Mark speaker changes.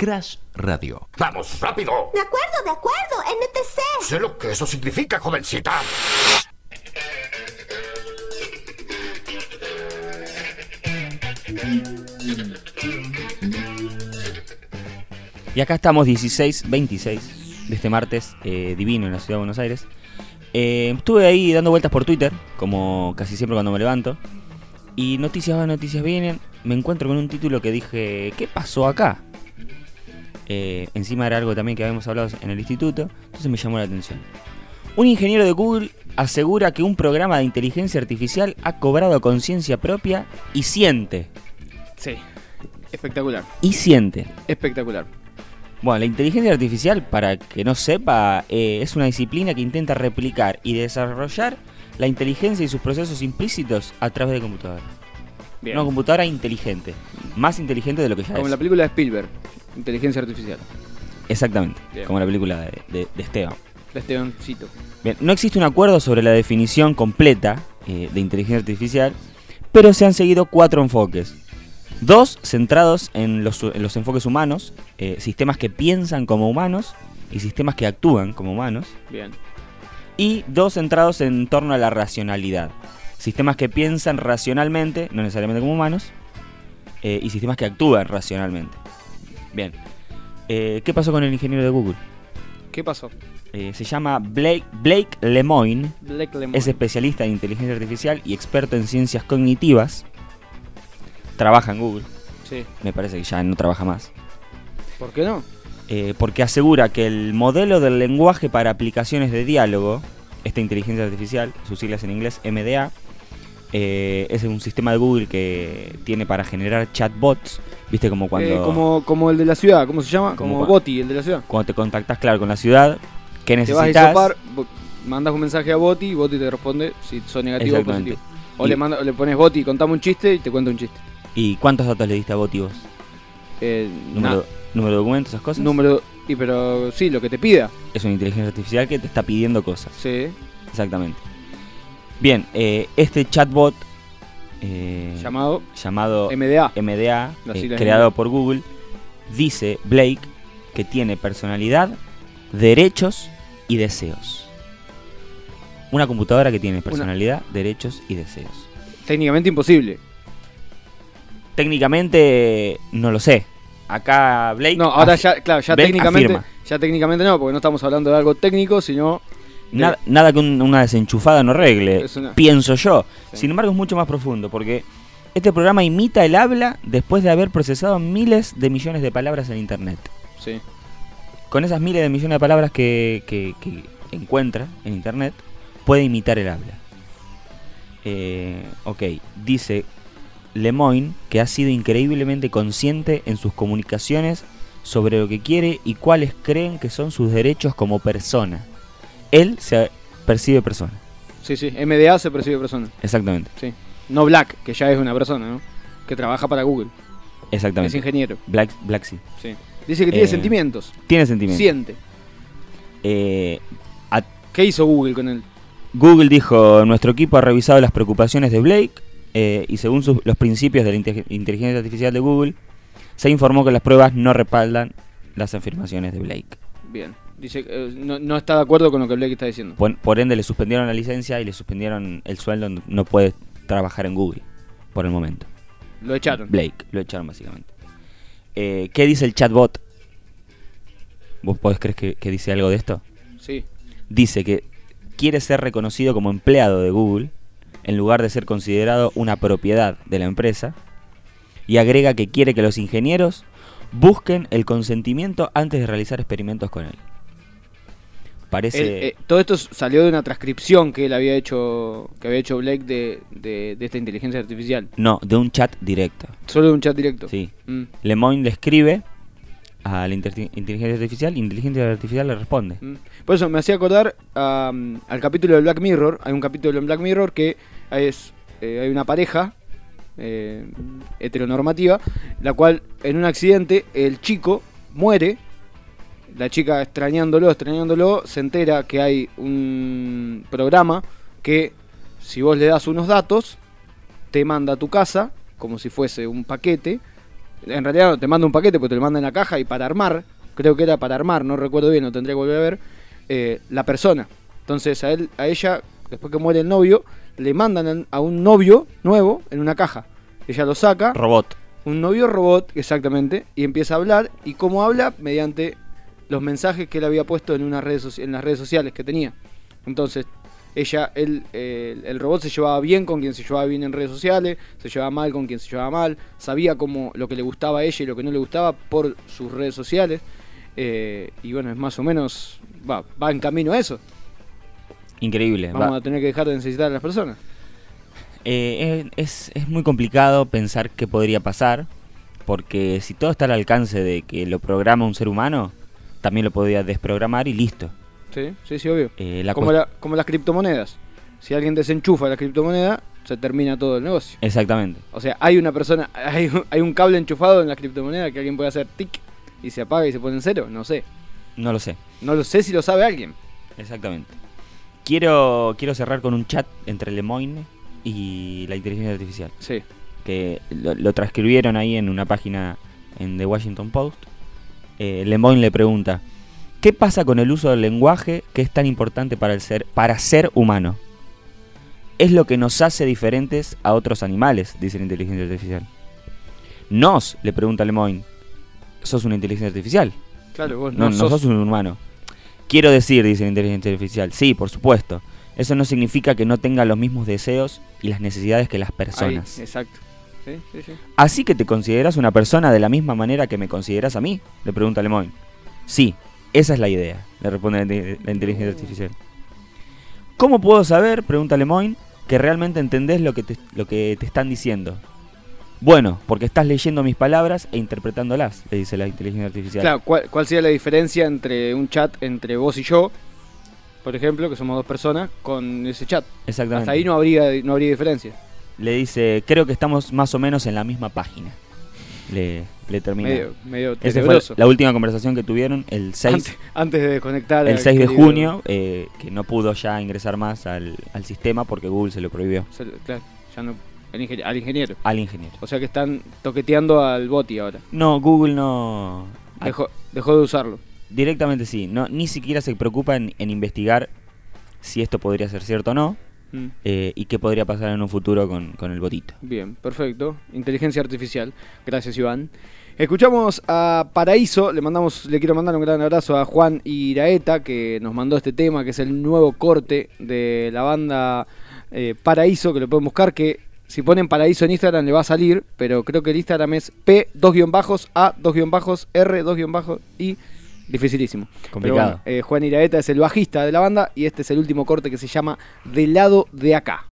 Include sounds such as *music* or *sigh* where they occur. Speaker 1: Crash Radio.
Speaker 2: ¡Vamos, rápido!
Speaker 3: De acuerdo, de acuerdo, NTC.
Speaker 2: Sé lo que eso significa, jovencita.
Speaker 4: Y acá estamos 16, 26 de este martes eh, divino en la ciudad de Buenos Aires. Eh, estuve ahí dando vueltas por Twitter, como casi siempre cuando me levanto. Y noticias van, noticias vienen. Me encuentro con un título que dije, ¿qué pasó acá? Eh, encima era algo también que habíamos hablado en el instituto, entonces me llamó la atención. Un ingeniero de Google asegura que un programa de inteligencia artificial ha cobrado conciencia propia y siente.
Speaker 5: Sí, espectacular,
Speaker 4: Y siente.
Speaker 5: espectacular.
Speaker 4: Bueno, la inteligencia artificial, para que no sepa, eh, es una disciplina que intenta replicar y desarrollar la inteligencia y sus procesos implícitos a través de computadoras.
Speaker 5: Bien.
Speaker 4: Una computadora inteligente, más inteligente de lo que ya
Speaker 5: Como
Speaker 4: es.
Speaker 5: la película de Spielberg, inteligencia artificial.
Speaker 4: Exactamente,
Speaker 5: Bien.
Speaker 4: como la película de, de- de Esteban.
Speaker 5: De Estebancito.
Speaker 4: Bien, no existe un acuerdo sobre la definición completa eh, de inteligencia artificial, pero se han seguido cuatro enfoques. Dos centrados en los, en los enfoques humanos, eh, sistemas que piensan como humanos y sistemas que actúan como humanos.
Speaker 5: Bien.
Speaker 4: y dos centrados en torno a la racionalidad. Sistemas que piensan racionalmente, no necesariamente como humanos, eh, y sistemas que actúan racionalmente. Bien. Eh, ¿Qué pasó con el ingeniero de Google?
Speaker 5: ¿Qué pasó?
Speaker 4: Eh, se llama Blake, Blake Lemoine,
Speaker 5: Black Lemon.
Speaker 4: es especialista en inteligencia artificial y experto en ciencias cognitivas. Trabaja en Google,
Speaker 5: Sí.
Speaker 4: me parece que ya no trabaja más.
Speaker 5: ¿Por qué no?
Speaker 4: eh, porque asegura que el modelo del lenguaje para aplicaciones de diálogo, esta inteligencia artificial, sus siglas en inglés MDA, eh, es un sistema de Google que tiene para generar chatbots, viste como cuando,
Speaker 5: Eh, como, como el de la ciudad, ¿cómo se llama?
Speaker 4: Como
Speaker 5: Como,
Speaker 4: cua-
Speaker 5: Boti, el de la ciudad.
Speaker 4: cuando te contactas, claro, con la ciudad, que
Speaker 5: Te vas a
Speaker 4: necesitas.
Speaker 5: hisopar, bo- mandas un mensaje a Boti y Boti te responde si son negativo o
Speaker 4: Exactamente.
Speaker 5: positivo. O
Speaker 4: Y-
Speaker 5: le, manda- o le pones Boti, contame un chiste y te cuenta un chiste.
Speaker 4: ¿Y cuántos datos le diste a vos y vos?
Speaker 5: Eh,
Speaker 4: ¿Número,
Speaker 5: nada.
Speaker 4: ¿Número de documentos, esas cosas?
Speaker 5: Número. Y pero sí, lo que te pida.
Speaker 4: Es una inteligencia artificial que te está pidiendo cosas.
Speaker 5: Sí.
Speaker 4: Exactamente. Bien, eh, este chatbot eh,
Speaker 5: Llamado
Speaker 4: llamado
Speaker 5: MDA.
Speaker 4: MDA,
Speaker 5: Las
Speaker 4: Oh. eh,
Speaker 5: siglas en
Speaker 4: creado
Speaker 5: inglés.
Speaker 4: por Google, dice Blake que tiene personalidad, derechos y deseos. Una computadora que tiene personalidad, derechos y deseos.
Speaker 5: Técnicamente imposible.
Speaker 4: Técnicamente no lo sé. Acá Blake
Speaker 5: No, ahora
Speaker 4: hace-
Speaker 5: ya, eh, claro, ya
Speaker 4: Blake
Speaker 5: técnicamente.
Speaker 4: afirma.
Speaker 5: Ya técnicamente no, porque no estamos hablando de algo técnico, sino.
Speaker 4: nada, nada que un- una desenchufada no arregle,
Speaker 5: Es una-
Speaker 4: pienso yo.
Speaker 5: Sí.
Speaker 4: Sin embargo, es mucho más profundo porque este programa imita el habla después de haber procesado miles de millones de palabras en internet.
Speaker 5: Sí.
Speaker 4: con esas miles de millones de palabras que, que- que encuentra en internet, puede imitar el habla. Eh, ok, dice Lemoyne que ha sido increíblemente consciente en sus comunicaciones sobre lo que quiere y cuáles creen que son sus derechos como persona. Él se percibe persona,
Speaker 5: Sí, sí. MDA se percibe persona.
Speaker 4: exactamente,
Speaker 5: Sí. No Black, que ya es una persona, ¿no? Que trabaja para Google. Es
Speaker 4: exactamente.
Speaker 5: ingeniero.
Speaker 4: Black, Black sí.
Speaker 5: Sí. Dice que tiene
Speaker 4: Eh,
Speaker 5: sentimientos.
Speaker 4: Tiene sentimiento.
Speaker 5: Siente.
Speaker 4: Eh, a-
Speaker 5: ¿Qué hizo Google con él?
Speaker 4: Google dijo, nuestro equipo ha revisado las preocupaciones de Blake eh, y según sus- los principios de la inte- inteligencia artificial de Google, se informó que las pruebas no respaldan las afirmaciones de Blake.
Speaker 5: Bien. Dice que eh, no, no está de acuerdo con lo que Blake está diciendo.
Speaker 4: Por, por ende, le suspendieron la licencia y le suspendieron el sueldo, no- no puede trabajar en Google por el momento.
Speaker 5: Lo echaron.
Speaker 4: Blake, lo echaron básicamente. Eh, ¿Qué dice el chatbot? ¿Vos podés creer que- que dice algo de esto?
Speaker 5: Sí.
Speaker 4: dice que quiere ser reconocido como empleado de Google en lugar de ser considerado una propiedad de la empresa y agrega que quiere que los ingenieros busquen el consentimiento antes de realizar experimentos con él. Parece
Speaker 5: Él, eh, todo esto s- salió de una transcripción que él había hecho, que había hecho Blake de, de- de esta inteligencia artificial.
Speaker 4: no, de un chat directo.
Speaker 5: Solo de un chat directo.
Speaker 4: Sí.
Speaker 5: Mm,
Speaker 4: Lemoyne le escribe a la inter- inteligencia artificial, inteligencia artificial le responde.
Speaker 5: mm. Por eso me hacía acordar am, al capítulo de Black Mirror. Hay un capítulo en Black Mirror que es, eh, hay una pareja eh, heteronormativa, la cual en un accidente el chico muere. La chica extrañándolo, extrañándolo, se entera que hay un programa que si vos le das unos datos, te manda a tu casa, como si fuese un paquete, En realidad no, te manda un paquete, pues te lo manda en la caja y para armar, creo que era para armar, no recuerdo bien, lo tendría que volver a ver, eh, la persona. Entonces a él, a ella, después que muere el novio, le mandan an- a un novio nuevo en una caja. Ella lo saca,
Speaker 4: Robot.
Speaker 5: un novio robot, exactamente, y empieza a hablar. ¿Y cómo habla? Mediante los mensajes que él había puesto en, una red soci- en las redes sociales que tenía. Entonces, ella, él, eh, el robot se llevaba bien con quien se llevaba bien en redes sociales, se llevaba mal con quien se llevaba mal, sabía como lo que le gustaba a ella y lo que no le gustaba por sus redes sociales. eh, y bueno, es más o menos, va, va en camino a eso.
Speaker 4: Increíble.
Speaker 5: Vamos
Speaker 4: Eh, va.
Speaker 5: a tener que dejar de necesitar a las personas.
Speaker 4: Eh, es, es muy complicado pensar qué podría pasar, porque si todo está al alcance de que lo programa un ser humano, también lo podría desprogramar y listo.
Speaker 5: Sí, sí, sí, obvio.
Speaker 4: Eh, la
Speaker 5: como,
Speaker 4: cuest-
Speaker 5: la- como las criptomonedas. Si alguien desenchufa la criptomoneda, se termina todo el negocio.
Speaker 4: Exactamente.
Speaker 5: O sea, hay una persona, *laughs* hay, un- hay un cable enchufado en las criptomonedas que alguien puede hacer tic y se apaga y se pone en cero. No sé.
Speaker 4: No lo sé.
Speaker 5: No lo sé si lo sabe alguien.
Speaker 4: Exactamente. Quiero, quiero cerrar con un chat entre Lemoyne y la inteligencia artificial,
Speaker 5: Sí.
Speaker 4: que lo, lo transcribieron ahí en una página en The Washington Post. Eh, Lemoyne le pregunta, ¿qué pasa con el uso del lenguaje que es tan importante para, el ser, para ser humano? Es lo que nos hace diferentes a otros animales, dice la inteligencia artificial. Nos, le pregunta Lemoyne, sos una inteligencia artificial.
Speaker 5: Claro, vos
Speaker 4: No, no sos... un humano. Quiero decir, dice la inteligencia artificial, sí, por supuesto. Eso no significa que no tenga los mismos deseos y las necesidades que las
Speaker 5: Ahí,
Speaker 4: personas.
Speaker 5: exacto. Sí, sí, sí.
Speaker 4: Así que te consideras una persona de la misma manera que me consideras a mí, le pregunta Lemoyne. Sí, esa es la idea, le responde la inte- la inteligencia
Speaker 5: Oh.
Speaker 4: artificial. ¿Cómo puedo saber, pregunta Lemoyne, que realmente entendés lo que, te, lo que te están diciendo? Bueno, porque estás leyendo mis palabras e interpretándolas, le dice la inteligencia artificial.
Speaker 5: Claro, ¿cuál, ¿cuál sería la diferencia entre un chat entre vos y yo, por ejemplo, que somos dos personas, con ese chat?
Speaker 4: Exactamente.
Speaker 5: Hasta ahí no habría, no habría diferencia.
Speaker 4: Le dice, creo que estamos más o menos en la misma página. Le, le termina.
Speaker 5: Medio, medio
Speaker 4: Esa fue
Speaker 5: tenebroso.
Speaker 4: la última conversación que tuvieron el 6,
Speaker 5: Antes, antes de desconectar.
Speaker 4: el
Speaker 5: al
Speaker 4: 6 de
Speaker 5: querido-
Speaker 4: junio, eh, que no pudo ya ingresar más al, al sistema porque Google se lo prohibió
Speaker 5: Se- Claro, ya no, al ingeniero- al ingeniero.
Speaker 4: al ingeniero.
Speaker 5: O sea que están toqueteando al boti ahora.
Speaker 4: No, Google no...
Speaker 5: Dejó, dejó de usarlo.
Speaker 4: Directamente sí, no, ni siquiera se preocupa en, en investigar si esto podría ser cierto o no
Speaker 5: Mm.
Speaker 4: eh, y qué podría pasar en un futuro con, con el botito.
Speaker 5: Bien, perfecto. Inteligencia artificial. Gracias, Iván. Escuchamos a Paraíso, le mandamos, le quiero mandar un gran abrazo a Juan Iraeta, que nos mandó este tema, que es el nuevo corte de la banda eh, Paraíso, que lo pueden buscar, que si ponen Paraíso en Instagram le va a salir, pero creo que el Instagram es P, dos guión bajos, A, dos guión bajos, R, dos guión bajos, y dificilísimo. Pero
Speaker 4: Complicado.
Speaker 5: bueno, eh, Juan Iraeta es el bajista de la banda y este es el último corte que se llama Del lado de acá.